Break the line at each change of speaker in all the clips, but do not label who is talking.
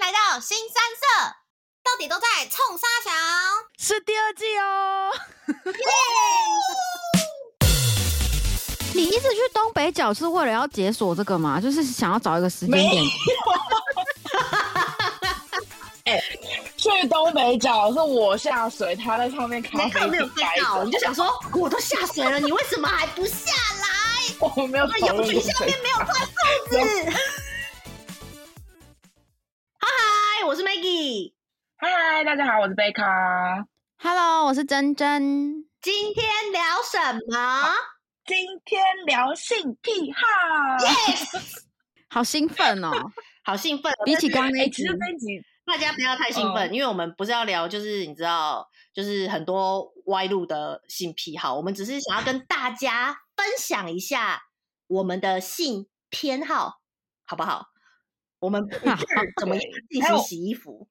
来到新三社，到底都在冲沙墙。
是第二季哦。你一直去东北角是为了要解锁这个吗？就是想要找一个时间点。
去东北角是我下水，他在上面咖
难怪
啡
我没有
厅
看
待
到，我
着，
就想说，我都下水了，你为什么还不下来？
我们没有
那
讨
游
论
艇
过
下
这
面
个
没有穿裤子。 嗨，我是 Maggie，
嗨，大家好，我是贝卡。
Hello，我是珍珍。
今天聊什么？
今天聊性癖好。
好兴奋哦！
好兴奋哦，
比起刚刚那
哎、
一
其
集
实，这一集
大家不要太兴
嗯
奋，因为我们不是要聊，就是你知道，就是很多歪路的性癖好，我们只是想要跟大家分享一下我们的性偏好，好不好？我们 怎么样进
还
行
有
洗衣服？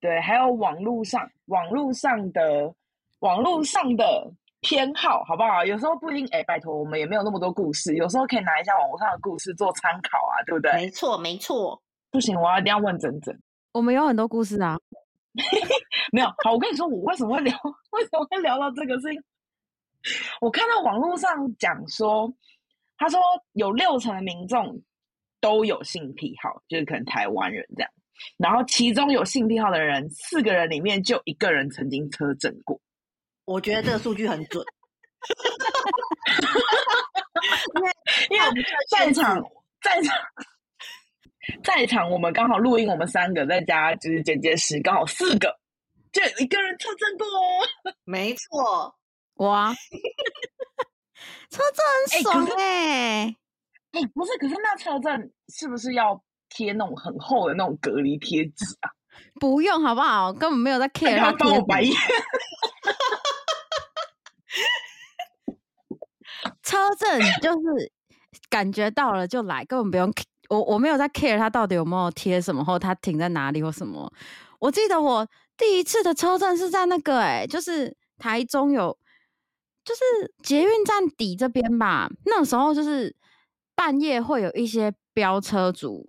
对，还有网络上网络上的网络上的偏好，好不好？有时候不一定，哎、拜托，我们也没有那么多故事，有时候可以拿一下网络上的故事做参考啊，对不对？
没错，没错。
不行，我要一定要问整整。
我们有很多故事啊。
没有，好，我跟你说，我为什么会聊，为什么会聊到这个事情？我看到网络上讲说，他说有六成的民众都有性癖好，就是可能台湾人这样。然后其中有性癖好的人，四个人里面就一个人曾经车震过。
我觉得这个数据很 准，
因
啊
为在场在场在场，我们刚好录音，我们三个再加就是剪接师，刚好四个，就有一个人车震过哦。
没错。
我啊， 车震很
哎可
爽
是
哎、
哎、不是，可是那车震是不是要贴那种很厚的那种隔离贴纸啊？
不用好不好？根本没有在 care
他
他
帮
贴
我白
纸。
眼，
车震就是感觉到了就来，根本不用 c- 我我没有在 care 他到底有没有贴什么，或他停在哪里或什么。我记得我第一次的车震是在那个哎、就是台中有，就是捷运站底这边吧。那时候就是半夜会有一些飙车族，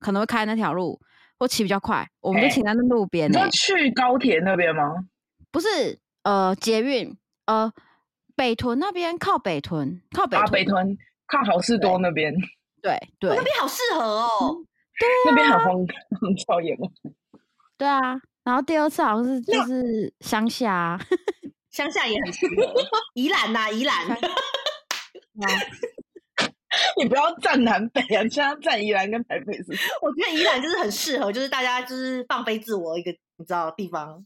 可能会开那条路，我骑比较快，我们就
哎
停在那路边、
你
欸。
说去高铁那边吗？
不是呃捷运呃北屯那边靠北屯靠北
阿
屯
啊北屯靠好事多那边，
对啊对
那边好适合哦，
嗯
那边很荒 很讨厌 哦。
对啊。然后第二次好像是就是乡下、啊，
乡下也很适合。宜兰呐、宜兰
你不要站南北啊，现在站宜兰跟台北是
我觉得宜兰就是很适合，就是大家就是放飞自我一个你知道地方。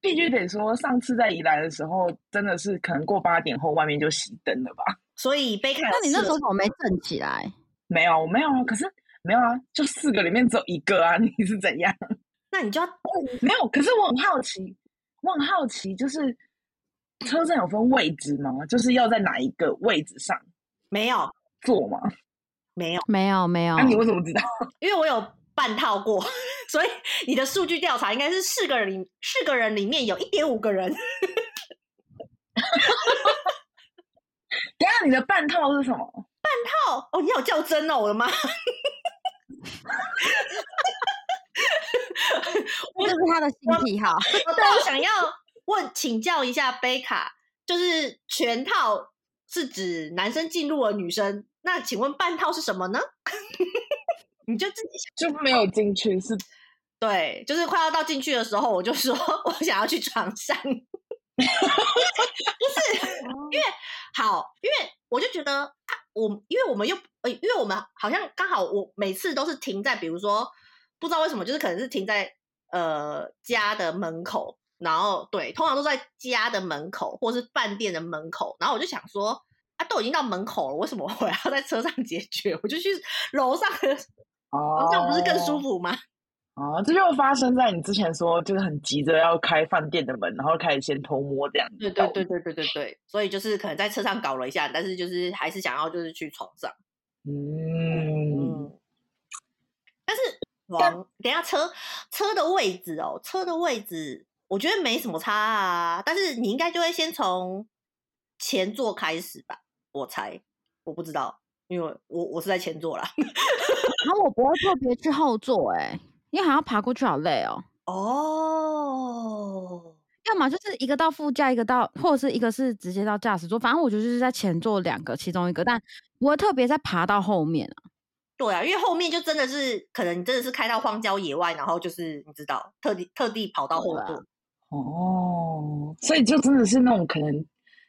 必须得说，上次在宜兰的时候，真的是可能过八点后外面就熄灯了吧？
所以贝卡，
啊那你那时候怎么没震起来？
没有，没有啊，可是没有啊，就四个里面只有一个啊， 你是怎样？
那你就要
没有，可是我很好奇，我很好奇，就是车站有分位置吗？就是要在哪一个位置上
没有
坐吗？
没有，
没有
哦
没有，
那、你为什么知道？
因为我有半套过， 所以你的数据调查应该是四个人里四个人里面有一点五个人
等一下你的半套是什么？
套哦，你好较真哦，我的 妈！我
这是他的新癖好。
哦对，我想要 问请教一下贝卡，就是全套是指男生进入了女生，那请问半套是什么呢？ 嗯你就自己想。
就没有进去是？
对，就是快要到进去的时候，我就说 我想要去床上， 好，因为我就觉得啊，我因为我们又呃，因为我们好像刚好我每次都是停在，比如说不知道为什么，就是可能是停在呃家的门口，然后对，通常都在家的门口或是饭店的门口，然后我就想说。啊，都已经到门口了，为什么我要在车上解决？我就去楼上的，
哦
楼上不是更舒？服吗？
哦，这就发生在你之前说，就是很急着要开饭店的门，然后开始先偷摸这样子。
对对对，对对对对，所以就是可能在车上搞了一下，但是就是还是想要就是去床上。
嗯，
嗯，但是床等一下车车的位置哦，车的位置我觉得没什么差啊，但是你应该就会先从前座开始吧，我猜，我不知道，因为我我是在前座啦。
然后我不会特别去后座、欸，哎，因为好像爬过去好累哦。
哦，
要么就是一个到副驾，一个到，或者是一个是直接到驾驶座。反正我觉得就是在前座两个其中一个，但不会特别再爬到后面啊。
对啊，因为后面就真的是可能你真的是开到荒郊野外，然后就是你知道特地特地跑到后
对啊
座，
哦，所以就真的是那种可能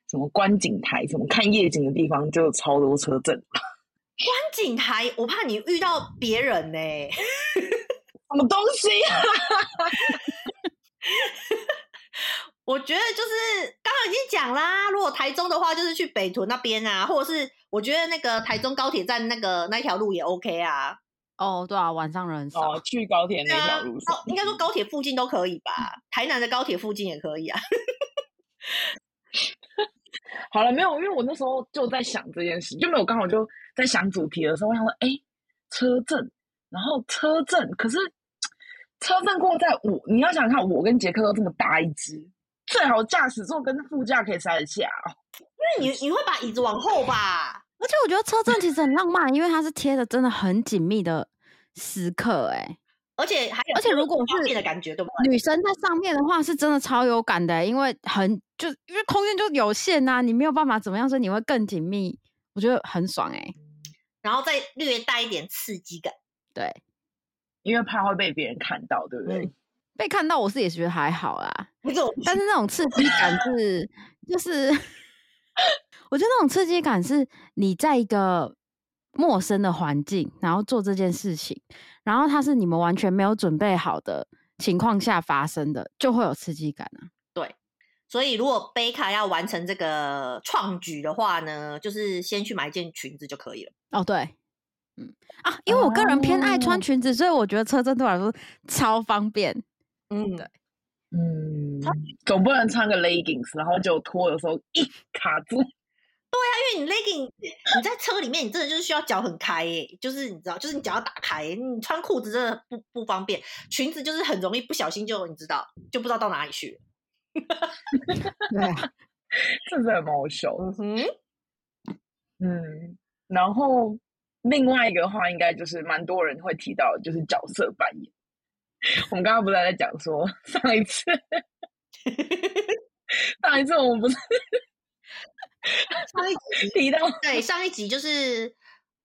什么观景台、什么看夜景的地方，就超多车震。
观景台，我怕你遇到别人呢、
什么东西啊？
我觉得就是刚刚已经讲啦，如果台中的话，就是去北屯那边啊，或者是我觉得那个台中高铁站那个那条路也 OK 啊。
哦，对啊，晚上人很少。
哦，去高铁
对
那
啊
条路，上嗯
高，应该说高铁附近都可以吧，台南的高铁附近也可以啊。
好了，没有，因为我那时候就在想这件事，就没有刚好就在想主题的时候，我想说，哎、车震，然后车震，可是车震过在我，你要想看，我跟杰克都这么大一只，最好驾驶座跟副驾可以塞得下哦。
因为你你会把椅子往后吧？
而且我觉得车震其实很浪漫，因为它是贴的真的很紧密的时刻、欸。哎，
而且还有，
而且如果
方
是
便的感觉，对不对？
女生在上面的话是真的超有感的欸、因为很就因为空间就有限呐、你没有办法怎么样，所以你会更紧密。我觉得很爽哎、
然后再略带一点刺激感。
对，
因为怕会被别人看到，对不对？
嗯
被看到我是也觉得还好啦，
不 是我，
但是那种刺激感是，就是， 我觉得那种刺激感是你在一个陌生的环境，然后做这件事情，然后它是你们完全没有准备好的情况下发生的，就会有刺激感啊。
所以如果贝卡要完成这个创举的话呢，就是先去买一件裙子就可以了。
哦，对，嗯啊，因为我个人偏爱穿
哦
裙子，所以我觉得车震对我来说超方便。
嗯，
对
嗯，总不能穿个 leggings，然后就脱的时候一卡住，
因 为你 legging 你在车里面，你真的就是需要脚很开耶、就是你知道，就是你脚要打开耶、你穿裤子真的不不方便，裙子就是很容易不小心就你知道就不知道到哪里去了。
对啊，
这是很毛手。
嗯哼，
嗯，然后另外一个的话，应该就是蛮多人会提到，就是角色扮演。我们刚刚不是还在讲说上一 次，上一次我们不是
上一集
提到
对上一集就是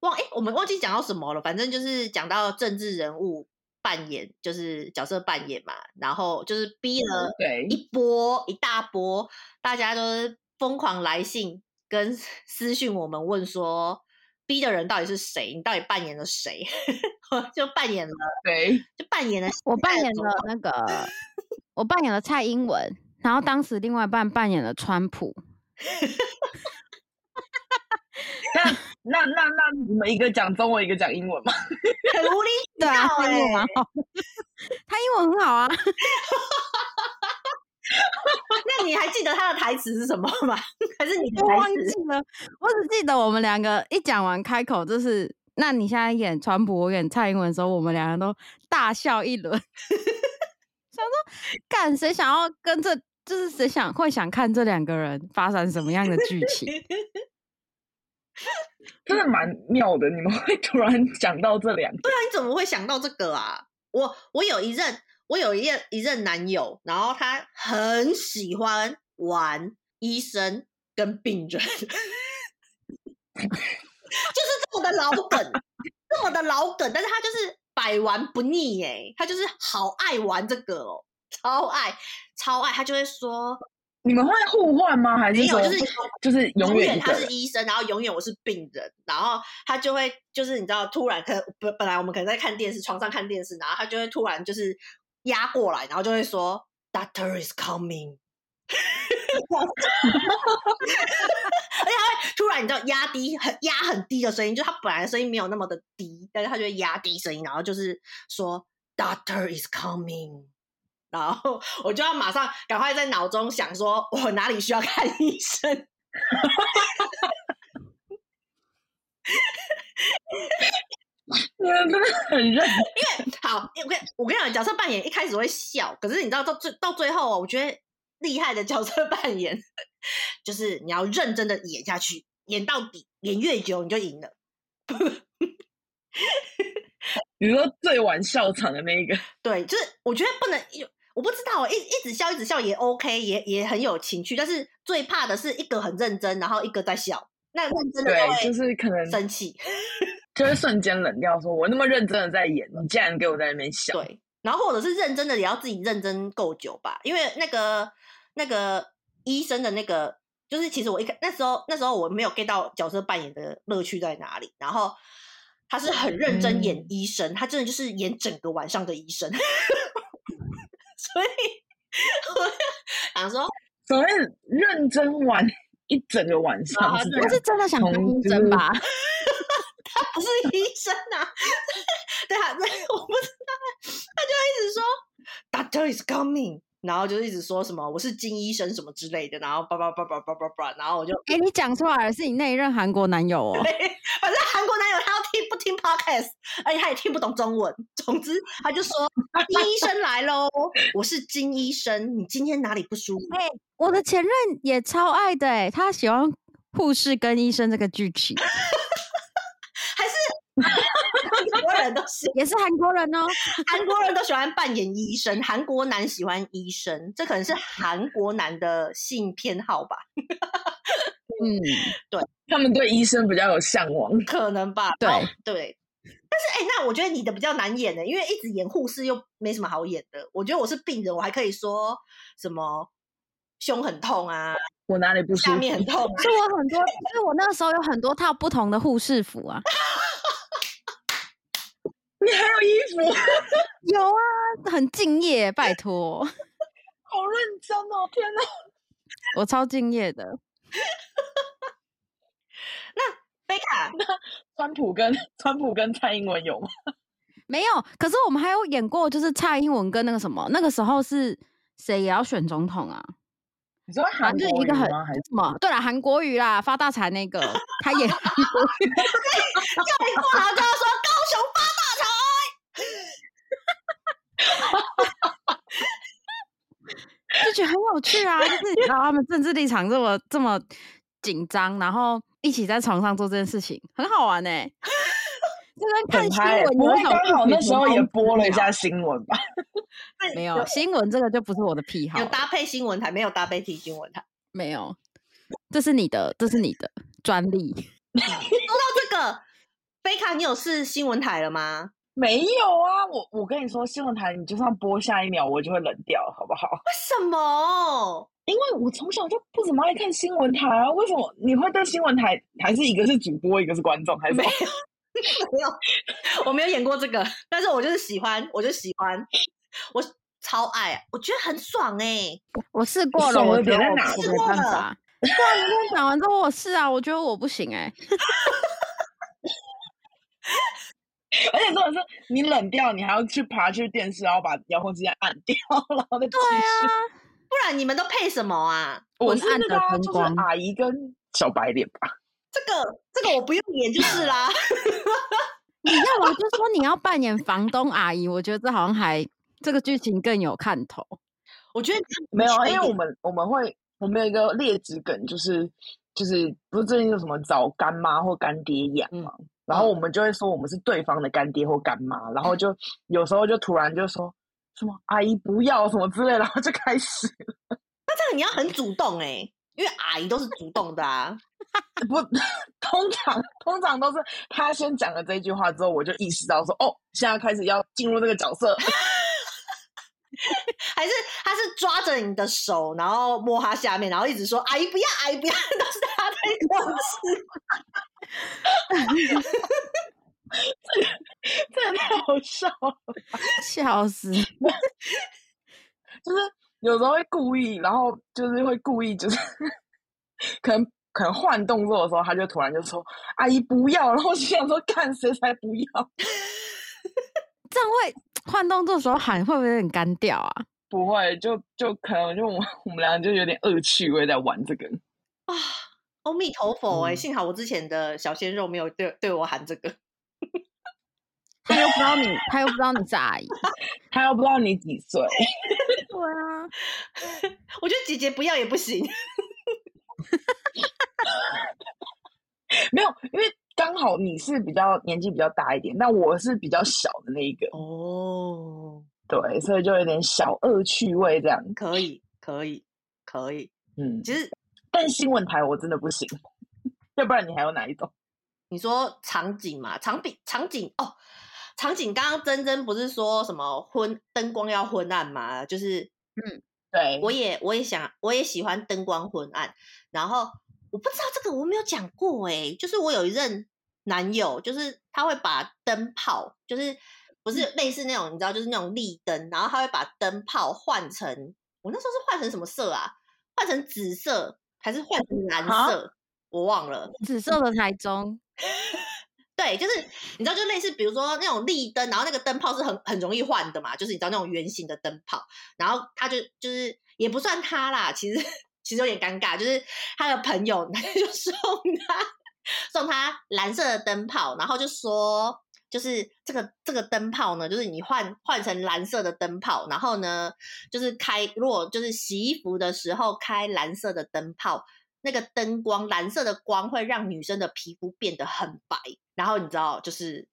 忘哎、我们忘记讲到什么了，反正就是讲到政治人物扮演，就是角色扮演嘛，然后就是逼了。
对
一波一大波，大家都是疯狂来信跟私讯我们问说，逼的人到底是谁？你到底扮演了谁？ 就扮演了，
对
就扮演了 现
我扮
在的
演
总
了
统
那个，我扮演了蔡英文，然后当时另外一半扮演了川普。
那那那你们一个讲中文，一个讲英文嘛？
很无理
对啊，
道
他英文蛮好 的，他英文很好啊。
那你还记得他的台词是什么吗？ 还是你的
我
台
忘
词？
记了，我只记得我们两个一讲完开口就是，那你现在演川普，我演蔡英文的时候，我们两个都大笑一轮， 想说干谁想要跟这，就是谁想会想看这两个人发展什么样的剧 情？
真的蛮妙的，你们会突然讲到这两个，
你怎么会想到这个啊？我我有一任，我有一任一任男友，然后他很喜欢玩医生跟病人， 就是这么的老梗，这么的老梗，但是他就是百玩不腻哎、他就是好爱玩这个哦，超爱超爱，他就会说
你们会互换吗？还是
没有
说
就是
就是永远一
他
个
是
人？
医生，然后永远我是病人，然后他就会就是你知道，突然可能本本来我们可能在看电视，床上看电视，然后他就会突然就是压过来，然后就会说 Doctor is coming。而且他会突然你知道压低很压很低的声音，就他本来声音没有那么的低，但是他就会压低声音，然后就是说 Doctor is coming，然 后我就要马上赶快在脑中想说我哪里需要看医生，
你们 真的很认
好，哎我跟我跟你讲，角色扮演一开始会笑，可是你知道到最到最后、哦，我觉得厉害的角色扮演就是你要认真的演下去，演到底，演越久你就赢了。
你说最晚笑场的那一个，
对，就是我觉得不能有，我不知道，哦一一直笑一直笑也 OK，也也很有情趣，但是最怕的是一个很认真，然后一个在笑，那认真的就
对，就
会
是可能
生气，
就会瞬间冷掉，说我那么认真的在演，你竟然给我在那边笑，
对，然后或者是认真的也要自己认真够久吧，因为那个那个医生的那个，就是其实我一开那时候那时候我没有 get 到角色扮演的乐趣在哪里，然后他是很认真演
嗯
医生，他真的就是演整个晚上的医生， 所以 我想说，
所谓认真玩一整个晚上
啊
是
对
他
这样
是真的想当
从
医
就
生
是
吧？
不是医生啊， 对啊，对，我不知道，他就一直说 Doctor is coming，然后就一直说什么我是金医生什么之类的，然后叭叭叭叭叭叭叭，然后我就
哎、你讲出来了，是你那一任韩国男友哦。
反正韩国男友他要听不听 podcast，而且他也听不懂中文，总之他就说金医生来喽，我是金医生，你今天哪里不舒服？
我的前任也超爱的、欸，他喜欢护士跟医生这个剧情，
还是韩国人都是
也是韩国人 哦。
韩国人都喜欢扮演医生，韩国男喜欢医生，这可能是韩国男的性偏好吧，
嗯，
他们对医生比较有向往。
可能吧。
对
哦对，但是哎、那我觉得你的比较难演的、因为一直演护士又没什么好演的。我觉得我是病人，我还可以说什么胸很痛 啊，
我哪里不舒
下
服？
面很痛啊，
所以我很多，所以我那时候有很多套不同的护士服啊，
你还有衣服，
有啊，很敬业，拜托，
好认真哦！天哪，
我超敬业的。
贝卡，
川普跟 川普跟蔡英文有吗？
没有，可是我们还有演过，就是蔡英文跟那个什么，那个时候是谁也要选总统啊？
你说韩
反正就是
国
一个
人
很
吗？还是
什么？对了，韩国瑜啦，发大财那个，他 演韩国瑜
叫你过来就要说高雄发大财。
就觉得很有趣啊，就是然后他们政治立场这么这么紧张，然后一起在床上做这件事情，很好玩呢、欸。 这跟看
很
新
嗨欸？
闻
不
有
会
一种
刚好
异曲
那时候
同
也
工
播
之
了一
妙，
下新闻吧？
对
没
有
有新闻这个就不是我的癖好
有，搭配新闻台，没有搭配 T 新闻台。哦
没有，这是你的，这是你的专利。
这个贝卡，你有试新闻台了吗？
没有啊，我我跟你说，新闻台你就算播下一秒，我就会冷掉，好不好？
为什么？
因为我从小就不怎么爱看新闻台啊，为什么你会对新闻台还是一个是主播，一个是观众，还是什么
没有，我没有演过这个，但是我就是喜欢，我就喜欢，我超爱，我觉得很爽哎、
我试过了，
爽
我
的
觉
点
得我
在哪
我
试
没
过
办
了
法。对啊，你跟我讲完之后，我是啊，我觉得我不行哎、
而且重点是你冷掉，你还要去爬去电视，然后把遥控器按掉，然后再继
啊
续。
不然你们都配什么啊？
啊我
昏
是
暗
那
的
个啊、
灯
就是
光
阿姨跟小白脸吧。
这个这个我不用演就是 啦。
你要我就说你要扮演房东阿姨，我觉得这好像还这个剧情更有看头。
我觉得你
没有啊，因为我
们
们我们会我们有一个劣质梗，就是就是不是最近有什么找干妈或干爹养嘛，然后我们就会说我们是对方的干爹或干妈，然后就有时候就突然就说什么阿姨不要什么之类的，然后就开始
这个你要很主动哎、因为阿姨都是主动的 啊。
不，通常通常都是他先讲了这句话之后，我就意识到说哦，现在开始要进入这个角色，
还是他是抓着你的手，然后摸他下面，然后一直说“阿姨不要，阿姨不要”， 啊都是他在控制。
真的太好笑了。
笑死！
就是有时候会故意，然后就是会故意，就是 可能可能换动作的时候，他就突然就说：“阿姨不要。”然后我就想说：“干谁才不要
这样会换动作的时候喊会不会有点干掉啊？？”
不会，就就可能就我们我们俩就有点恶趣味在玩这个。
阿弥陀佛哎、
嗯
幸好我之前的小鲜肉没有对对我喊这个。
他又不知道你，他又不知道你是阿姨。
他又不知道你几岁，
对啊，
我觉得姐姐不要也不行，
没有，因为刚好你是比较年纪比较大一点，但我是比较小的那一个，
哦，
对，所以就有点小恶趣味这样。
可以，可以，可以。
嗯，
其实
但新闻台我真的不行，要不然你还有哪一种？
你说场景嘛，场景场景哦，场景刚刚珍珍不是说什么昏灯光要昏暗嘛？就是
对，
我也我也想我也喜欢灯光昏暗，然后我不知道这个我没有讲过诶、就是我有一任男友，就是他会把灯泡，就是不是类似那种你知道就是那种立灯，然后他会把灯泡换成我那时候是换成什么色啊？换成紫色还是换成蓝
啊
色？我忘了。
紫色的台中，
对，就是你知道，就类似比如说那种立灯，然后那个灯泡是很很容易换的嘛，就是你知道那种圆形的灯泡，然后他就就是也不算他啦，其实 其实有点尴尬，就是他的朋友 他就送他送他蓝色的灯泡，然后就说就是这个这个灯泡呢，就是你换换成蓝色的灯泡，然后呢就是开如果就是洗衣服的时候开蓝色的灯泡，那个灯光，蓝色的光会让女生的皮肤变得很白，然后你知道，就是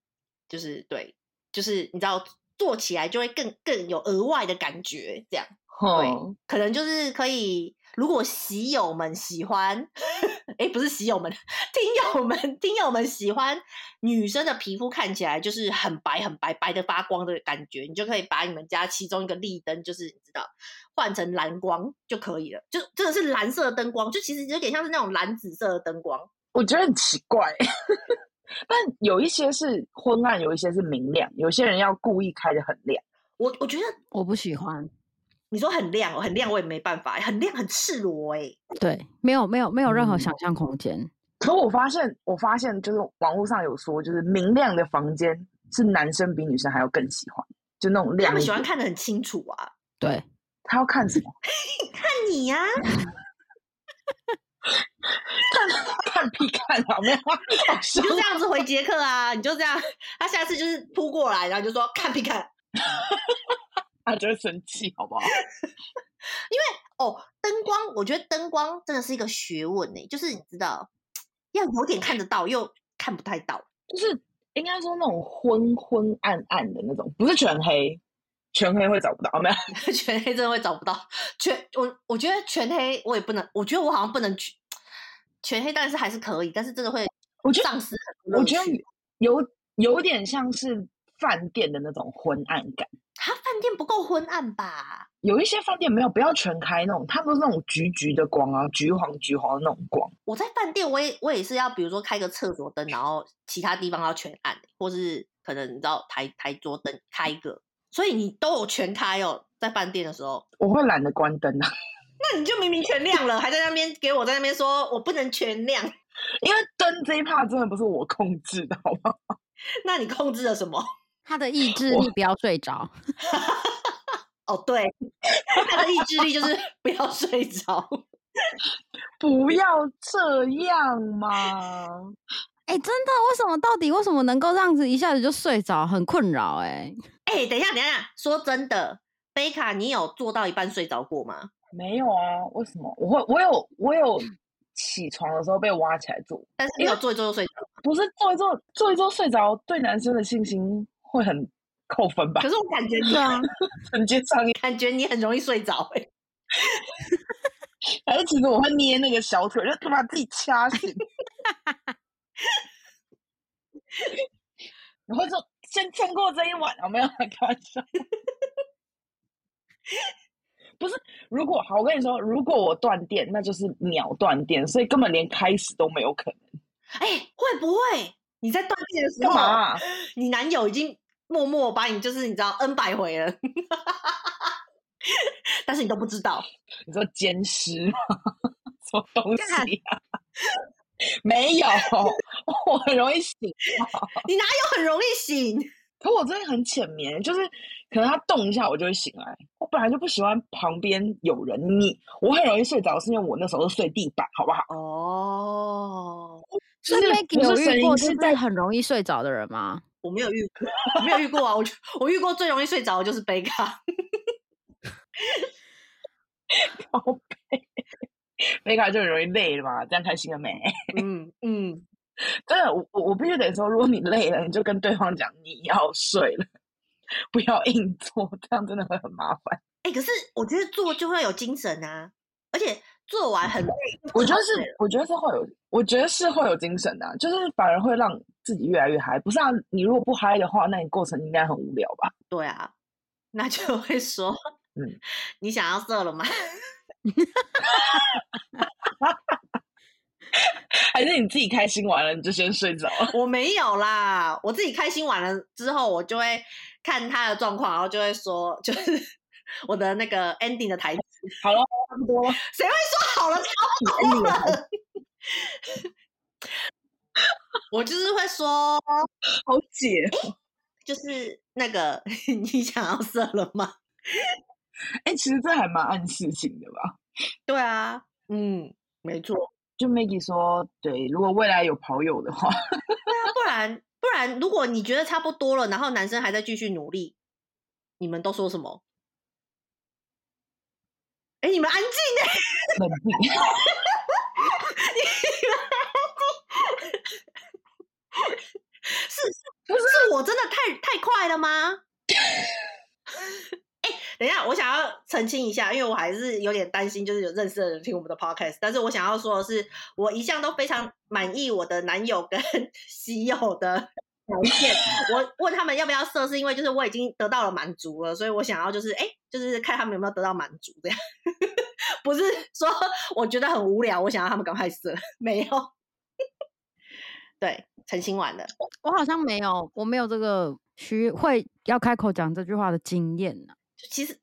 就是对，就是你知道做起来就会更更有额外的感觉，这样
哼，
可能就是可以。如果喜友们喜欢，哎，不是喜友们，听友们，听友们喜欢女生的皮肤看起来就是很白很白白的发光的感觉，你就可以把你们家其中一个立灯，就是你知道换成蓝光就可以了，就真的是蓝色的灯光，就其实有点像是那种蓝紫色的灯光。
我觉得很奇怪。 但有一些是昏暗，有一些是明亮，有些人要故意开的很亮。
我我觉得
我不喜欢。
你说很亮哦，很亮我也没办法，很亮很赤裸哎，
对，没有没有没有任何
嗯
想象空间。
可我发现，我发现就是网络上有说，就是明亮的房间是男生比女生还要更喜欢，就那种
他
亮一点。
们喜欢看的很清楚啊。
对，
他要看什么？
看你呀、
看屁看啊！没有， 好
你
笑
就这样子回杰克啊，你就这样，他下次就是扑过来，然后就说看屁看
他就会生气，好不好？
哦。灯光，我觉得灯光真的是一个学问呢、就是你知道，要有点看得到，又看不太到。
就是应该说那种昏昏暗暗的那种，不是全黑，全黑会找不到，没有。
全黑真的会找不到，全我我觉得全黑我也不能，我觉得我好像不能去全黑，但是还是可以，但是真的会
我觉得
丧失很多
我
乐
觉得
趣。
有有点像是饭店的那种昏暗感。
他饭店不够昏暗吧？
有一些饭店没有，不要全开那种，它都是那种橘橘的光啊，橘黄橘黄的那种光。
我在饭店，我也我也是要，比如说开个厕所灯，然后其他地方要全暗，欸或是可能你知道台台桌灯开一个，所以你都有全开哦，在饭店的时候，
我会懒得关灯啊，
那你就明明全亮了，还在那边给我在那边说我不能全亮，
因为灯这一趴真的不是我控制的，好不好？
那你控制了什么？
他的意志
我
力不要睡着。
哦，对，他的意志力就是 不要睡着。
不要这样嘛！
哎、真的，为什么到底为什么能够这样子一下子就睡着，很困扰哎、
哎、等一下，等一下，说真的，贝卡，你有做到一半睡着过吗？
没有啊，为什么？我会，我有，我有起床的时候被挖起来做，
但是你有做一做就睡着。
不是做一做，做一做睡着，对男生的信心会很扣分吧
可？是我感觉你
对，啊，
承接上瘾，
感觉你很容易睡着、欸，
而且其实我会捏那个小腿，就他妈自己掐醒。 我会说先撑过这一晚，我没有 开玩笑。不是，如果好，我跟你说，如果我断电，那就是秒断电，所以根本连开始都没有可能。
哎、会不会你在断电的时
干
候，
嘛啊、
你男友已经默默把你就是你知道 N 百回了， 但是你都不知道，
你说奸尸吗？ 什么东
干
西 啊？没有，我很容易醒。
你哪有很容易醒？
可我真的很浅眠，就是可能他动一下我就会醒来。我本来就不喜欢旁边有人，你我很容易睡着，是因为我那时候是睡地板，好不好？
哦，
就
所以
是
Maggie
不
有
是声
遇过
音，
就是
在
是很容易睡着的人吗？
我没有遇过，我没有遇过啊，我就我遇过最容易睡着的就是贝 卡，
宝 贝。美卡就很容易累了嘛，这样开心了没？
嗯嗯，
真的，我我我必须得说，如果你累了，你就跟对方讲你要睡了， 不要硬做，这样真的会很麻烦。
哎、可是我觉得做就会有精神啊，而且做完很累，
我觉得是，我觉得是会有，我觉得是会有精神的啊、就是反而会让自己越来越嗨。不是啊，你如果不嗨的话，那你过程应该很无聊吧？
对啊，那就会说，
嗯，
你想要射了吗？
还是你自己开心完了你就先睡着了？
我没有啦，我自己开心完了之后，我就会看他的状况，然后就会说， 就是我的那个 ending 的台词，
好了，差不多了。
谁会说好了？
你 你好
我就是会说，
好解，
就是那个 你想要射了吗？
哎、其实这还蛮暗示性的吧？
对啊，嗯，没错，
就 Maggie 说，对，如果未来有跑友的话，
那啊不然不然，如果你觉得差不多了，然后男生还在继续努力，你们都说什么？哎，你们安静哎、
冷静。
是
不是
是我真的太太快了吗？哎、等一下，我想要澄清一下，因为我还是有点担心，就是有认识的人听我们的 podcast。但是我想要说的是，我一向都非常满意我的男友跟 喜友的条件。我问他们要不要设，是因为就是我已经得到了满足了，所以我想要就是哎、就是看他们有没有得到满足这样。 不是说我觉得很无聊，我想要他们赶快射，没有。 对，澄清完了。
我好像没有，我没有这个需会要开口讲这句话的经验呢、
就其实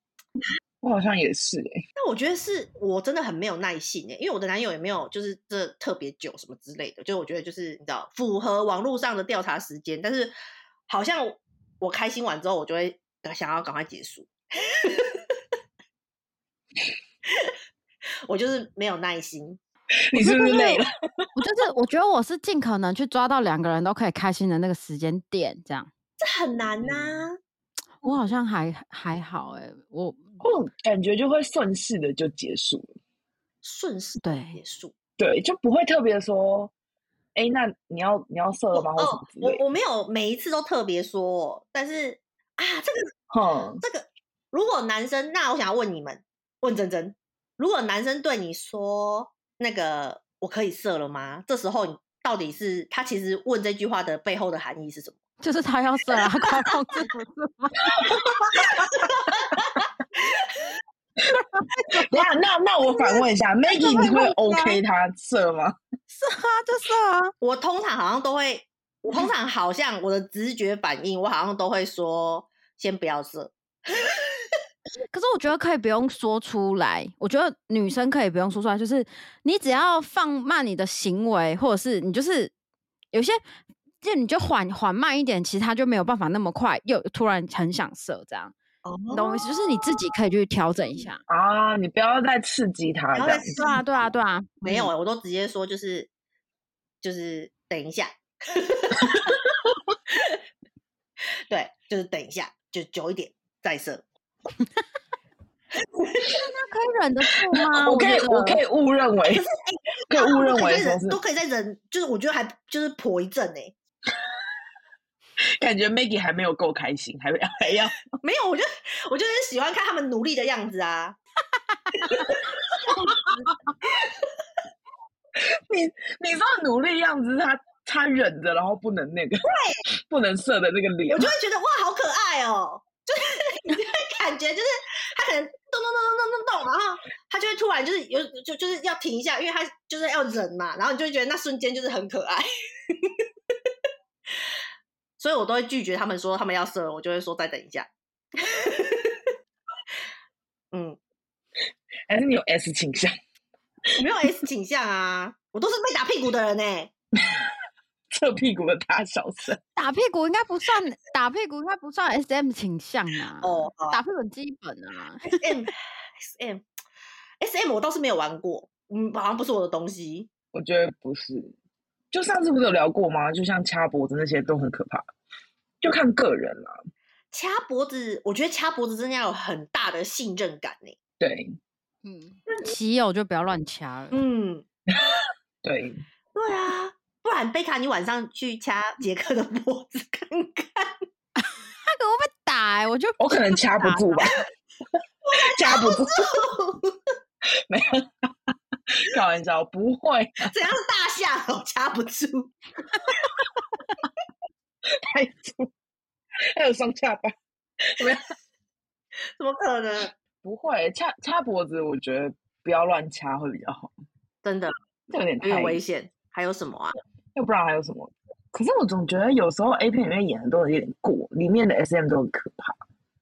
我好像也是、欸，
但我觉得是我真的很没有耐性欸诶、因为我的男友也没有就是这特别久什么之类的，就我觉得就是你知道符合网络上的调查时间，但是好像我开心完之后，我就会呃想要赶快结束， 我就是没有耐心。
你是不是累了？
我就是我觉得我是尽可能去抓到两个人都可以开心的那个时间点，这样。
这很难呐、
我好像还还好哎、我
或
嗯
者 感觉就会顺势的就结束了，
顺势结
对
束。
对，就不会特别说，哎、那你要你要射了吗？或什
哦
么之，类
我
的。
我没有每一次都特别说，但是啊，这个
哼，
这个，如果男生，那我想要问你们，问珍珍，如果男生对你说那个“我可以射了吗”，这时候你到底是他其实问这句话的背后的含义是什么？
就是他要射啊， 他控制不是吗？
等一下，那那我反问一下，Maggie，你会 OK 他射吗？
射啊，就射啊。
我通常好像都会，我通常好像我的直觉反应，我好像都会说先不要射。
可是我觉得可以不用说出来，我觉得女生可以不用说出来，就是你只要放慢你的行为，或者是你就是有些，就你就缓缓慢一点，其实他就没有办法那么快，又突然很想射这样，
哦，
你懂我意思？就是你自己可以去调整一下。
啊，你不要再刺激他
不要
这
再
样
刺
子。
对啊，对啊，对啊，
没有、欸，我都直接说就是就是等一下， 对，就是等一下，就久一点再射。
那可以忍得住吗？
我可以
觉，
我
得
可以误认为， 可以误认
啊都可以
为
再
说
忍
是
都可以再忍，就是我觉得还就是婆一阵欸呢、
感觉 Maggie 还没有够开心，还没还要
没有，我就我就是喜欢看他们努力的样子啊。
你你知道努力样子，他他忍着，然后不能那个， 不能射的那个脸
我，就会觉得哇，好可爱哦、就是 你就会感觉就是他可能咚咚咚咚咚咚咚，然后他就会突然就是有就就是要停一下，因为他就是要忍嘛，然后你就会觉得那瞬间就是很可爱。 所以我都会拒绝他们说他们要射了，我就会说再等一下。 嗯，
还是你有 S 倾向？
我没有 S 倾向啊，我都是被打屁股的人呢、欸
侧屁股的大小声，
打屁股应该不算，打屁股应该不算 S M 倾向啊。
哦哎好
打屁股很基本啊。
S M S M S M 我倒是没有玩过，嗯，好像不是我的东西。
我觉得不是。就上次不是有聊过吗？就像掐脖子那些都很可怕，就看个人啦、
掐脖子，我觉得掐脖子真的要有很大的信任感呢。
对
嗯，骑友就不要乱掐了。
嗯，
对，
对啊，不不然贝卡，你晚上去掐杰克的脖子看看。
他可能会被打、欸，我就
我可能掐不 住吧，掐不 住，没有，开玩笑，不会，
怎样是大象？我掐不住。
太粗，还有双下巴，没有，
怎么可能？
不会，掐掐脖子，我觉得不要乱掐会比较好，
真的
这有点
有点
太
危险。还有什么啊？
要不然还有什么？可是我总觉得有时候 A 片里面演的都有点过，里面的 SM 都很可怕，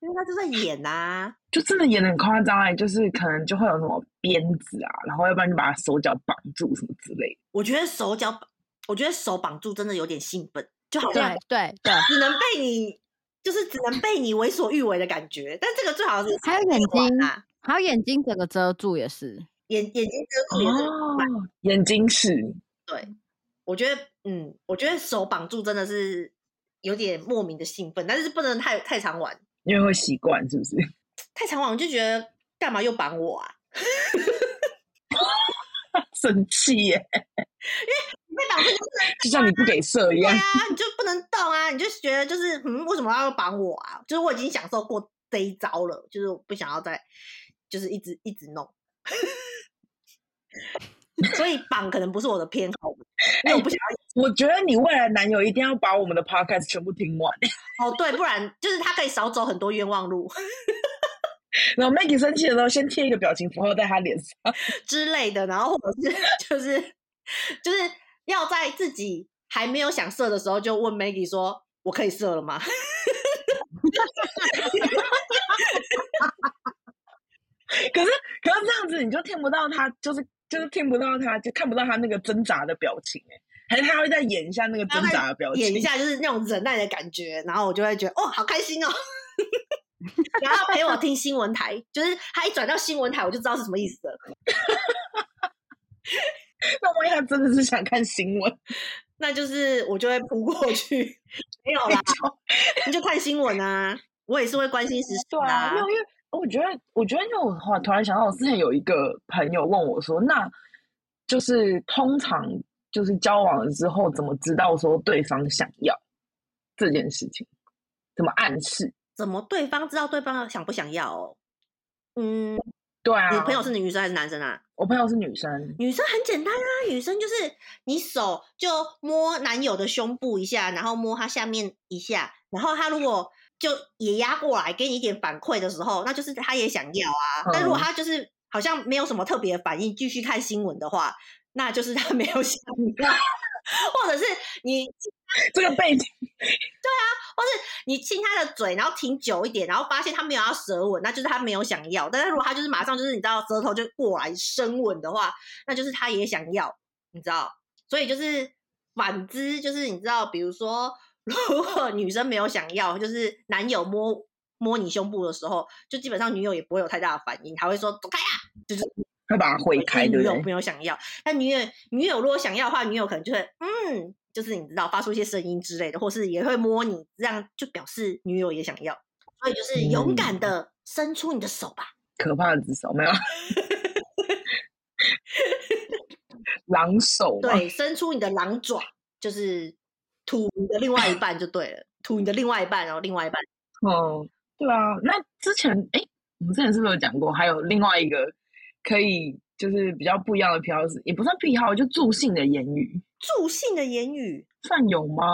因为他就在演啊呐、
就真的演的很夸张哎、就是可能就会有什么鞭子啊，然后要不然就把他手脚绑住什么之类
我觉得手脚，我觉得手绑住真的有点兴奋，就好像
对对对，
只能被你，就是只能被你为所欲为的感觉。但这个最好是
还有眼睛
啊，
还有眼睛整个遮住也是，
眼眼睛遮
的。
住也是。
哦，眼睛是，
哦
对，我觉得，嗯，我觉得手绑住真的是有点莫名的兴奋，但是不能太太常玩，
因为会习惯是不是？
太常玩我就觉得干嘛又绑我啊？
生气耶、
你被绑住
就像你不给射
对
一样
啊。，你就不能动啊，你就觉得就是嗯，为什么要绑我啊？就是我已经享受过这一招了，就是我不想要再就是一直一直弄。 所以绑可能不是我的偏好，因为我不想
我觉得你未来男友一定要把我们的 podcast 全部听完。
要哦，对，不然就是他可以少走很多冤枉路
然后 Maggie 生气的时候，先贴一个表情符号在他脸上。
之类的，然后或者是 就是就是要在自己还没有想射的时候，就问 Maggie 说：“我可以射了吗？”
可是，可是这样子你就听不到他，就是就是听不到他，就看不到他那个挣扎的表情、欸。还是他会再演一下那个挣扎的表情，
演一下就是那种忍耐的感觉，然后我就会觉得哦，好开心哦。 然后他陪我听新闻台，就是他一转到新闻台，我就知道是什么意思了。
那万一他真的是想看新闻，
那就是我就会扑过去， 没有啦，你就看新闻啊。我也是会关心时事
对啊，没
啦
有，，因为我觉得，我觉得，因为我突突然想到，我之前有一个朋友问我说，那就是通常就是交往了之后，怎么知道说对方想要这件事情？怎么暗示？
怎么对方知道对方想不想要、哦？嗯，
对啊，
你朋友是女生还是男生啊？
我朋友是女生，
女生很简单啊，女生就是你手就摸男友的胸部一下，然后摸他下面一下，然后他如果就也压过来给你一点反馈的时候，那就是他也想要啊。但如果
嗯
他就是好像没有什么特别的反应，继续看新闻的话，那就是他没有想要， 或者是你
这个背景
你亲他的嘴，然后停久一点，然后发现他没有要舌吻，那就是他没有想要。但是如果他就是马上就是你知道舌头就过来深吻的话，那就是他也想要，你知道？所以就是反之，就是你知道，比如说， 如果女生没有想要，就是男友摸摸你胸部的时候，就基本上女友也不会有太大的反应，还会说走开啊，就是
会把它挥开，
女
对
友
不对？
没有想要，但女友女友如果想要的话，女友可能就会嗯，就是你知道发出一些声音之类的，或是也会摸你，这样就表示女友也想要，所以就是勇敢的伸出你的手吧。
可怕的只手 没有， 狼手嘛，
对，伸出你的狼爪，就是吐你的另外一半就对了，吐你的另外一半，然后另外一半
哦，对啊，那之前哎，我们之前是不是有讲过？还有另外一个可以就是比较不一样的癖好是，也不算癖好，就助兴的言语，
助兴的言语，
算有吗？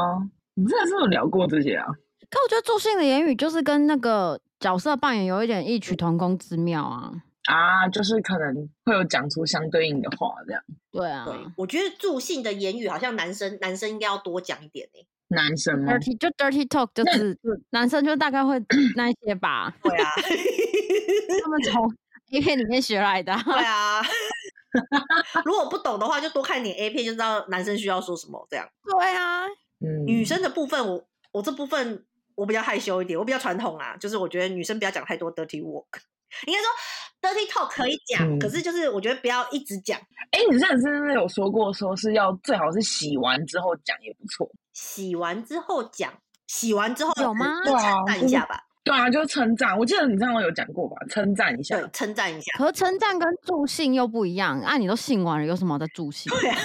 我们之前是不是有聊过这些啊？
可我觉得助兴的言语就是跟那个角色扮演有一点异曲同工之妙啊。
啊，就是可能会有讲出相对应的话，这样
对啊
对、我觉得助兴的言语好像男生男生应该要多讲一点欸 呢、
男生
呃
吗？
，dirty 就 dirty talk 就是男生就大概 会那一些吧，
对啊，
他 们从 A 片里面学来的啊。
对啊。 如果不懂的话，就多看点 A 片，就知道男生需要说什么。这样，
对啊，
嗯，
女生的部分我，我这部分我比较害羞一点，我比较传统啦，就是我觉得女生不要讲太多 dirty work，应该 说 dirty talk 可以讲，
嗯
可是就是我觉得不要一直讲。
哎，你之前是不是有说过，说是要最好是洗完之后讲也不错？
洗完之后讲，洗完之后
有吗
就
对啊
称赞一
就是
下吧，
对啊，就是称赞。我记得你上回有讲过吧？称赞一下，
对，称赞一 下。
可是称赞跟
啊
助兴又不一样啊！你都性完了，有什么好再助兴？
对啊，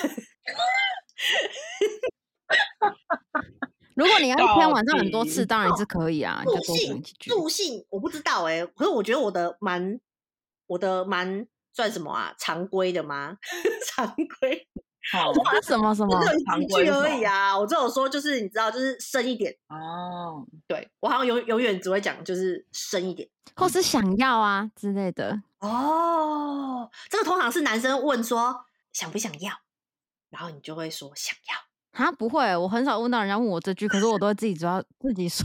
如果你要一天晚上很多
到
次，
底
当然是可以啊，你
助
就多煮
兴
几句。
助兴，我不知道哎、可是我觉得我的蛮我的蛮算什么啊？常规的吗？ 常规，
好
是什么什
我
么
只？有
哦常
一
规
句
是
而
什
已啊。我只有说就是你知道，就是深一点。
哦，
对我好像永永远只会讲就是深一点。
或是想要啊之类的。
哦，这个通常是男生问说想不想要，然后你就会说想要。
啊，不会，我很少问到人家问我这句，可是我都会自己知道自己说。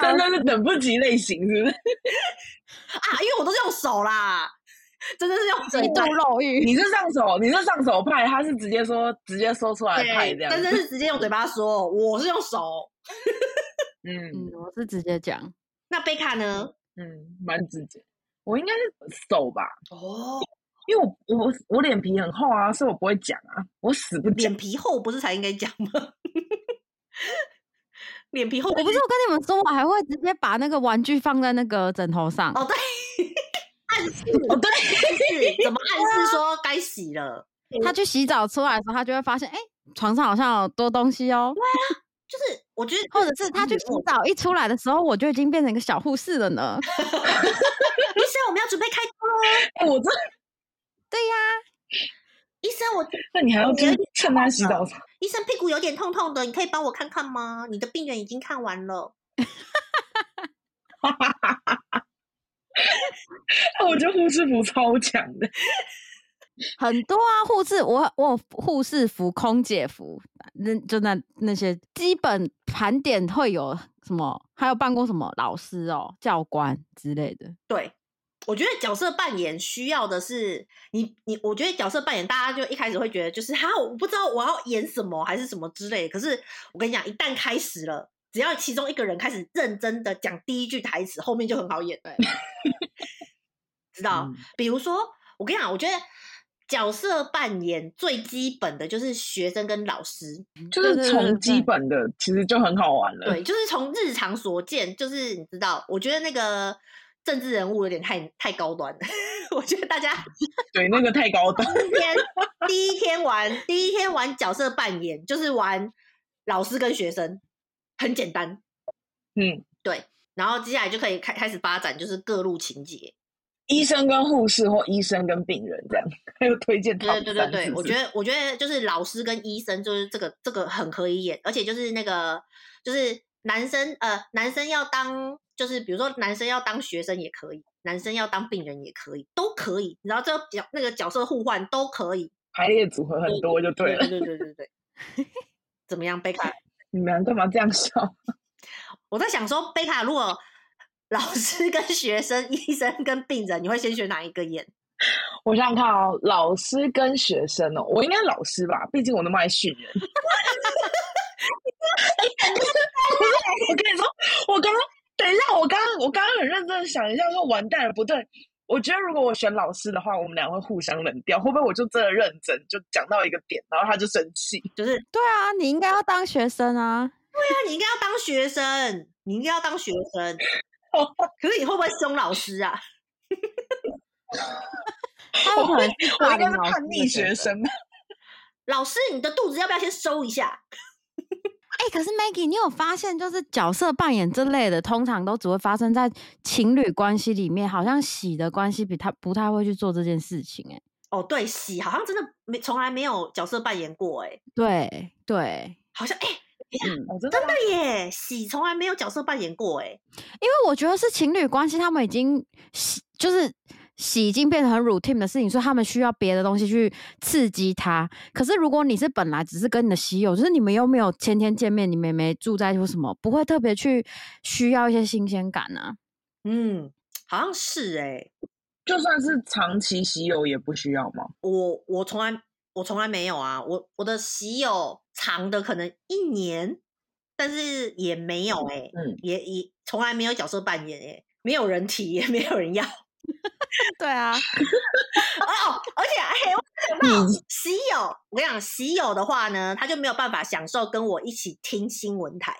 真的是等不及类型，是不是？
啊，因为我都是用手啦，真的是用
极
嘴
度肉欲，
你是上手，你是上手派，他是直接说直接说出来派
对
这，样
真
子。
的是直接用嘴巴说，我是用手。
嗯
嗯，我是直接讲，
那贝卡呢？
嗯，蛮直接。我应该是手吧，
哦，
因为我我我脸皮很厚啊，所以我不会讲啊，我死不讲
脸。皮厚不是才应该讲吗？ 脸皮厚，
我不是有跟你们说，我还会直接把那个玩具放在那个枕头上。
哦，对，暗示
哦，对，
是怎么暗示说该洗了？
他去洗澡出来的时候，他就会发现，哎、床上好像有多东西哦。
就是我觉得，
或者是他去洗澡一出来的时候，我就已经变成一个小护士了呢。
医生，我们要准备开刀喽！
哎我真的，
医生，我
那你还要就是趁他洗澡的时 候，
医生屁股有点痛痛的，你可以帮我看看吗？你的病人已经看完了。
我觉得护士服超强的。
很多啊，护士，我我有护士服、空姐服，那就那那些基本盘点会有什么，还有办过什么老师哦、教官之类的。
对，我觉得角色扮演需要的是你你，我觉得角色扮演大家就一开始会觉得就是哈，我不知道我要演什么还是什么之类的。可是我跟你讲，一旦开始了，只要其中一个人开始认真的讲第一句台词，后面就很好演。对，知道？比如说，我跟你讲，我觉得角色扮演最基本的就是学生跟老师。
就
对
是
对
从
对
基
对
本的，其实就很好玩了。
对，就是从日常所见，就是你知道，我觉得那个政治人物有点太太高端了。 我觉得大家
对，那个太高 端。
第一天第一天玩第一天玩角色扮演，就是玩老师跟学生，很简单。
嗯，
然后接下来就可以开开始发展，就是各路情节。
医生跟护士或医生跟病人这样，还有推荐他
对
们
对
三。
对对，我觉
得
得我觉得就是老师跟医生，就是这个这个很可以演，而且就是那个就是男生呃男生要当就是比如说男生要当学生也可以，男生要当病人也可以，都可以，你知道这个角那个角色互换都可以。
排列组合很多就对了。
对对对对对。 怎么样，贝卡？
你们干嘛这样笑？
我在想说，贝卡如果老师跟学生、医生跟病人，你会先选哪一个演？
我想想看哦，老师跟学生哦，我应该老师吧，毕竟我那么爱训 人。不是我跟你说，我刚刚等一下，我刚刚我刚刚很认真的想一下，说完蛋了，不对。我觉得如果我选老师的话，我们俩会互相冷掉，会不会我就真的认真就讲到一个点，然后他就生气？
就是
对啊，你应该要当学生啊。
那你应该要当学生，你应该要当学生。可是你会不会凶老师啊？
他有
我
可
会
能是
我
霸
应该
凌
是
老师
叛
的
逆学
学
生。啊
老师，你的肚子要不要先收一下？
哎、可是 Maggie，你有发现就是角色扮演这类的，通常都只会发生在情侣关系里面，好像喜的关系比他不太会去做这件事情、哎，
哦，对，洗好像真的没从来没有角色扮演过、欸，哎，
对对，
好像哎、
嗯，
哦我真的
真的耶，洗从来没有角色扮演过、欸，
因为我觉得是情侣关系，他们已经喜就是喜已经变成很 routine 的事情，所以他们需要别的东西去刺激他。可是如果你是本来只是跟你的喜友，就是你们又没有天天见面，你们也没住在一起或什么，不会特别去需要一些新鲜感啊。
嗯，好像是哎、
就算是长期洗友也不需要吗？
我我从来我从来没有啊，我我的洗友长的可能一年，但是也没有哎、
嗯，
也也从来没有角色扮演哎、没有人提，也没有人要哦，
对啊，
而且哎，
你
喜友，我跟你讲，喜友的话呢，他就没有办法享受跟我一起听新闻台。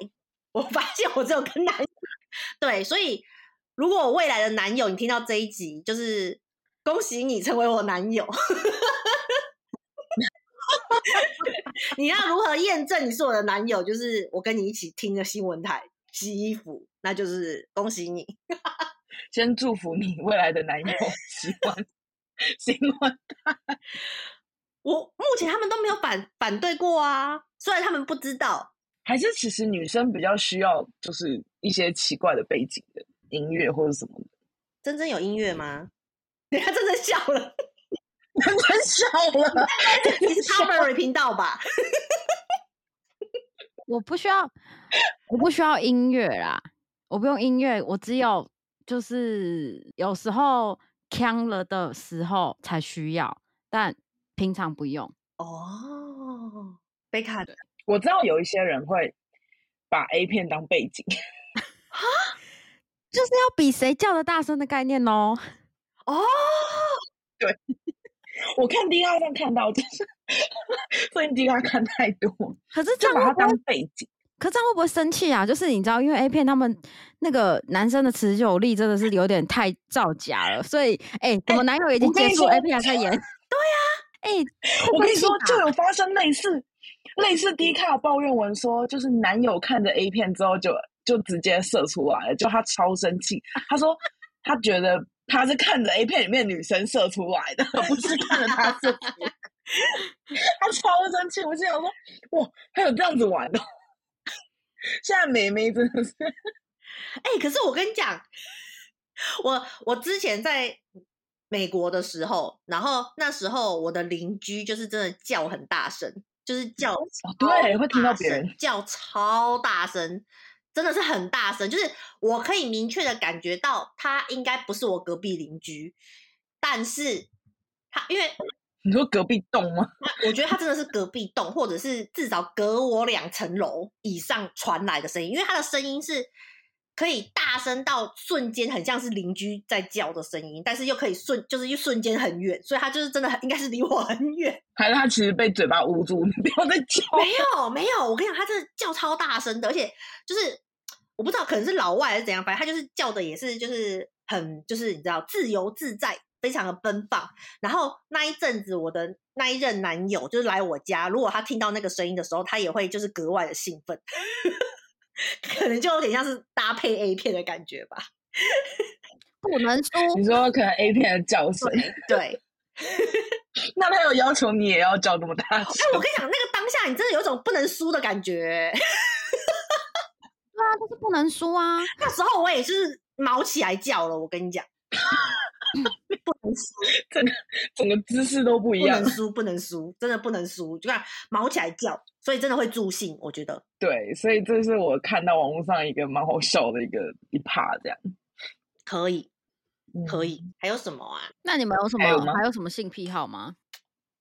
我发现我只有跟男对，所以如果我未来的男友你听到这一集，就是恭喜你成为我男友。 你要如何验证你是我的男友？就是我跟你一起听的新闻台洗衣服，那就是恭喜你。
先祝福你未来的男友 喜欢喜欢，
我目前他们都没有反反对过啊，虽然他们不知道，
还是其实女生比较需要就是一些奇怪的背景的音乐或者什么的。
真正有音乐吗？等一下真的笑了，
真的笑了，
你是 Covery 频道吧？
我不需要，我不需要音乐啦，我不用音乐，我只有就是有时候呛了的时候才需要，但平常不用。
哦，贝卡，
我知道有一些人会把 A 片当背景，
就是要比谁叫的大声的概念哦。
哦，
我看 D 卡上看到，就是 最近 D 卡看太多，
可是这
就
样会
把它
不会
当背景。
可这样会不会生气啊？就是你知道，因为 A 片他们那个男生的持久力真的是有点太造假了，所以哎、我们男友已经
跟
结
你
束
说
A 片还在演？ 对呀、哎、
我跟你说
会，不
就
会气吧
有发生类似类似 D 卡抱怨文说，就是男友看着 A 片之后就就直接射出来了，就他超生气，他说他觉得他是看着 A 片里面女生射出来的，哦不是看着他射出来的。 他超生气，我心想说，哇，还有这样子玩的哦。现在妹妹真的是，
哎、可是我跟你讲，我我之前在美国的时候，然后那时候我的邻居就是真的叫很大声，就是叫
哦对，会听到
大
别
声
人
叫超大声，真的是很大声，就是我可以明确的感觉到他应该不是我隔壁邻居，但是他因为
你说隔壁栋吗？
我觉得他真的是隔壁栋，或者是至少隔我两层楼以上传来的声音，因为他的声音是可以大声到瞬间很像是邻居在叫的声音，但是又可以瞬就是又瞬间很远，所以他就是真的很应该是离我很远。
还是他其实被嘴巴捂住？你不要再叫。
没有没有，我跟你讲，他真的叫超大声的，而且就是我不知道可能是老外还是怎样，反正他就是叫的也是就是很就是你知道自由自在，非常的奔放。然后那一阵子，我的那一任男友就是来我家，如果他听到那个声音的时候，他也会就是格外的兴奋， 可能就有点像是搭配 A 片的感觉吧。
不能输，
你说可能 A 片的叫声，
对，哎
那他有要求你也要叫那么大声？
我跟你讲，那个当下你真的有一种不能输的感觉、
对啊，就是不能输 啊。
那时候我也是毛起来叫了，我跟你讲，不能输。
整个姿势都不一
不
样
能。输，不能输，真的不能输，就看毛起来叫，所以真的会助兴，我觉得。
对，所以这是我看到网络上一个蛮好笑的一个一趴这样。嗯
可以，可
以，
以，还有什么啊？
那你哎们有什么
还有吗
还有什么性癖好吗？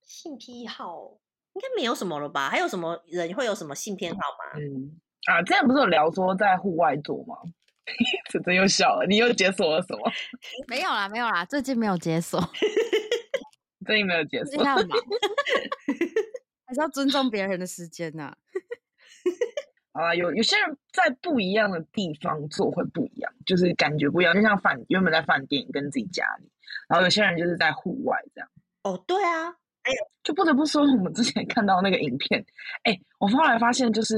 性癖好应该没有什么了吧？还有什么人会有什么性偏好吗？
嗯啊，之前不是有聊说在户外做吗？这真又笑了，你又解锁了什么？
没有啦，没有啦，最近没有解锁，
最近没有解
最近。
锁
太 忙，还是要尊重别人的时间呐、
啊，有有些人在不一样的地方做会不一样，就是感觉不一样，就像饭原本在饭店跟自己家里，然后有些人就是在户外这样。
哦，对啊，
就不得不说，我们之前看到那个影片，哎、我后来发现就是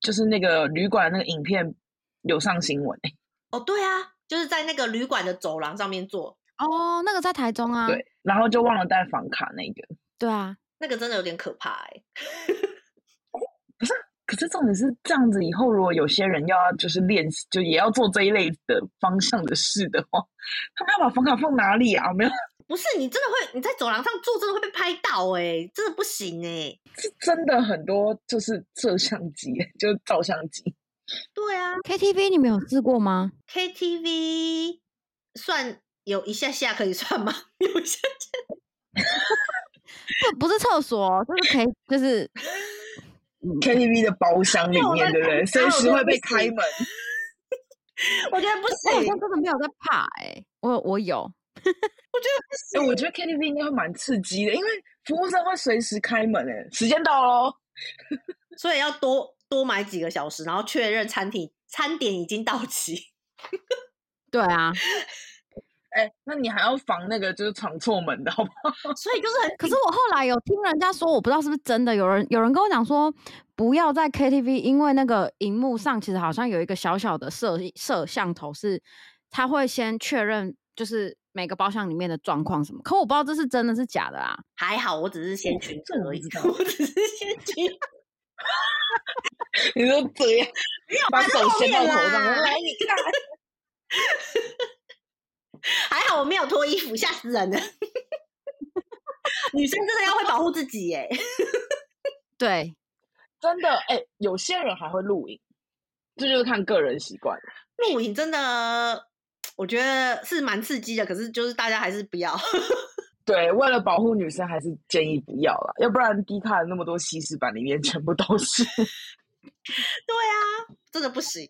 就是那个旅馆那个影片有上新闻、哎
哦，对啊，就是在那个旅馆的走廊上面做，
哦，那个在台中啊，
对，然后就忘了带房卡那个。
对啊，
那个真的有点可怕哎、
可是重点是这样子，以后如果有些人要就是练习，就也要做这一类的方向的事的话，他们要把房卡放哪里啊？没有，
不是你真的会你在走廊上做，真的会被拍到哎、真的不行哎、
是真的很多就是摄像机，就是照相机。
对啊
，KTV 你们有试过吗？
，KTV 算有一下下可以算吗？ 有一下
不，不是厕所哦，就是可以，就是。哎嗯
KTV 的包厢里
那我
面，
在
对不对？随
那我
时
就
会
不
被开
行
门。
我觉得不
我好
行
像，真的没有在怕哎、我我有，
哎、我觉得 KTV 应该会蛮刺激的，因为服务生会随时开门、欸，时间到喽。
所以要多多买几个小时，然后确认餐厅餐点已经到齐。
对啊，
哎、那你还要防那个就是闯错门的好不好？
所以就是很
可是我后来有听人家说，我不知道是不是真的，有人有人跟我讲说，不要在 KTV，因为那个荧幕上其实好像有一个小小的摄摄像头是，他会先确认就是每个包厢里面的状况什么。可我不知道这是真的是假的啊，
还好，我只是先群
这我
而已
不嗯知，道
我只是先群，
你说这样， 把
还在
手
后
掀
面
到头上，
啦
来你看，
还好我没有脱衣服，吓死人了。 女生真的要会保护自己耶、
对，
真的哎、有些人还会录影，这就是看个人习惯。
露营真的，我觉得是蛮刺激的，可是就是大家还是不要。
对，为了保护女生，还是建议不要啦，要不然低卡的那么多西施版里面 全部都是。
对啊，真的不行，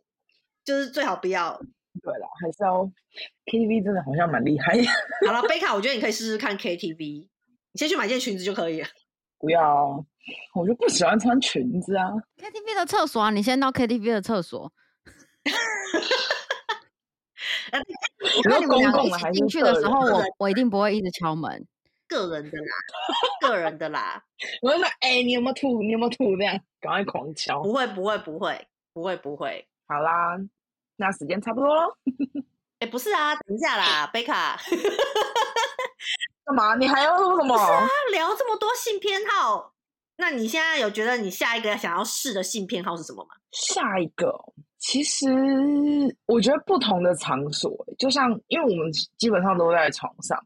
就是最好不要。
对啦，还是要 KTV 真的好像蛮厉害，
好了，贝卡，我觉得你可以试试看 KTV，你先去买件裙子就可以了。
不要，我就不喜欢穿裙子啊。
KTV 的厕所啊，你先到 KTV 的厕所，
我
那
说
你们
公
两个
共
一
的
起
还是
进去
个
的时
人
候，
个
我
人
我一定不会一直敲门。
个人的啦，个人的啦，
我就说，哎、你有没有吐？你有没有吐？这样赶快狂敲。
不会，不会，不会，不会，不会。
好啦，那时间差不多喽。
哎、不是啊，等一下啦，贝卡，
干嘛？你还要录什么？
那聊这么多性偏好，那你现在有觉得你下一个想要试的性偏好是什么吗？
下一个，其实我觉得不同的场所，就像因为我们基本上都在床上，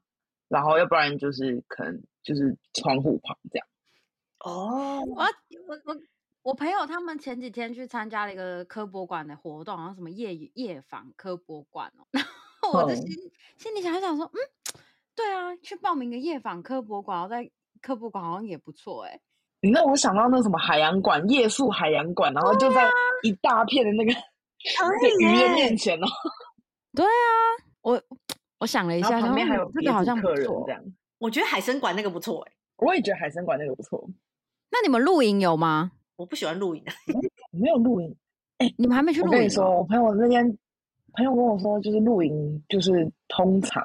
然后要不然就是可能就是窗户旁这样。
哦，
我要我我我朋友他们前几天去参加了一个科博馆的活动，好像什么夜夜访科博馆哦， 然后我就
嗯
心、心里想一想说，嗯，对啊，去报名个夜访科博馆，然后在科博馆好像也不错哎、
你让我想到那什么海洋馆，夜宿海洋馆，然后就
啊
在一大片的那个、
可
那个鱼的
以耶，
面前哦，
对啊，我我想了一
然
下，
后旁边还
想说
有
嗯这
别
个好
组
像不
客人
错
这。样。
我觉得海参馆那个不错哎，
我也觉得海参馆那个不错，
那你们露营有吗？
我不喜欢露营的。啊
没有露营。
你们还没去
我
露
跟
营
你
哦？
说，我朋友那天朋友跟我说，就是露营，就是通常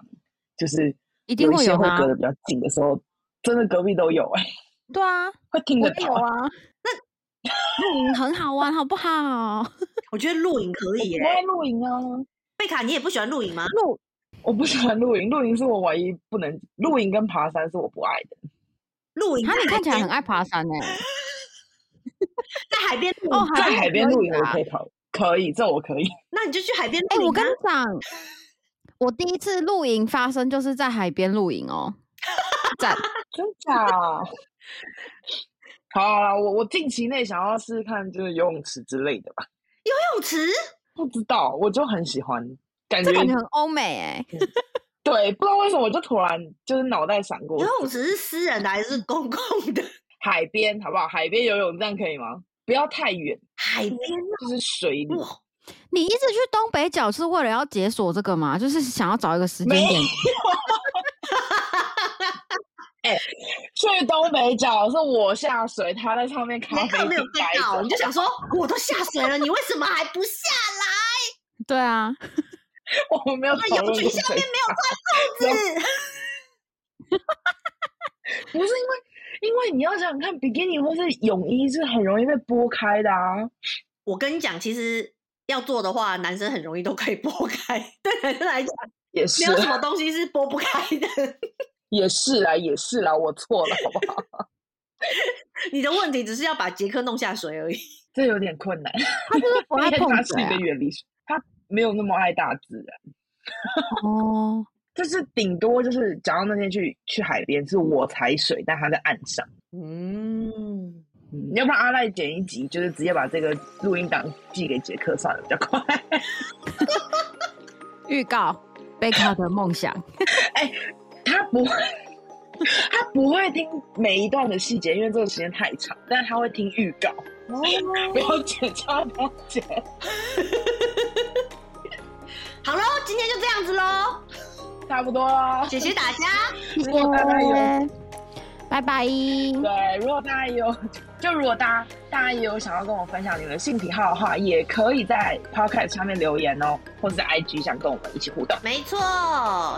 就是
一定
有一
会
些
有
会
的啊
隔得比较近的时候，真的隔壁都有哎、
对啊，
会听
我
得
也有
到。
啊。 那露营很好玩，好不好？
我觉得露营可以
我
耶
哦
不，爱露营啊，
贝卡，你也不喜欢露营吗？
露
我不喜欢露营，露营是我唯一不能露营跟爬山是我不爱的。
露营
啊，
在
你看
海
起来
边
很爱爬山哎、
在海边露
哦
营
海
在
边
海
也
边
可
露
以
营我
啊
可以考，可以，这我可以。
那你就去海边
哎、
露营啊。
我跟你讲，我第一次露营发生就是在海边露营哦。 赞，
真假？好啊好啊，我我近期内想要试试看，就是游泳池之类的吧。
泳池，
不知道，我就很喜欢，感觉
这感觉很欧美哎、
对，不知道为什么我就突然就是脑袋闪过
游泳池是私人的还是公共的？
海边，好不好？海边游泳这样可以吗？不要太远，
海边
就是嗯水里。
哇，
你一直去东北角是为了要解锁这个吗？就是想要找一个时间
没
点。
去东北角是我下水，他在上面咖
没
啡
看没有
厅
被
待
到，
着
你就想说我都下水了，你为什么还不下
对啊，
我们没有
那
讨
游
论
具
过
下
这
面
个
来？是
不是因为，因为你要想想看，比基尼或是泳衣是很容易被拨开的啊。
我跟你讲，其实要做的话，男生很容易都可以拨开， 对男生来讲，
也是
没有什么东西是拨不开的。
也是啦，也是啦，我错了，好 不好？
你的问题只是要把杰克弄下水而已。
这有点困难，
他就是不爱
因为
碰
它是
水
一
啊
个。远离水，他没有那么爱大自然。
哦，
就是顶多就是，假如那天去去海边，是我踩水，但他在岸上。
嗯，
嗯，要不然阿赖剪一集，就是直接把这个录音档寄给杰克算了，比较快。
预告贝卡的梦想。
他不会，他不会听每一段的细节，因为这个时间太长，但他会听预告。
哦，
不要剪，千万不要剪。
好喽，今天就这样子喽，
差不多啦。
谢谢大家。
谢
如果大家有
谢，拜拜。
对，如果大家有，就如果大家大家也有想要跟我分享你们的性癖好的话，也可以在 podcast 下面留言哦，或者是 IG 想跟我们一起互动。
没错，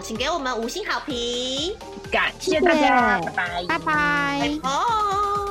请给我们五星好评
感谢大家，
谢谢
拜拜，
拜拜。
哦。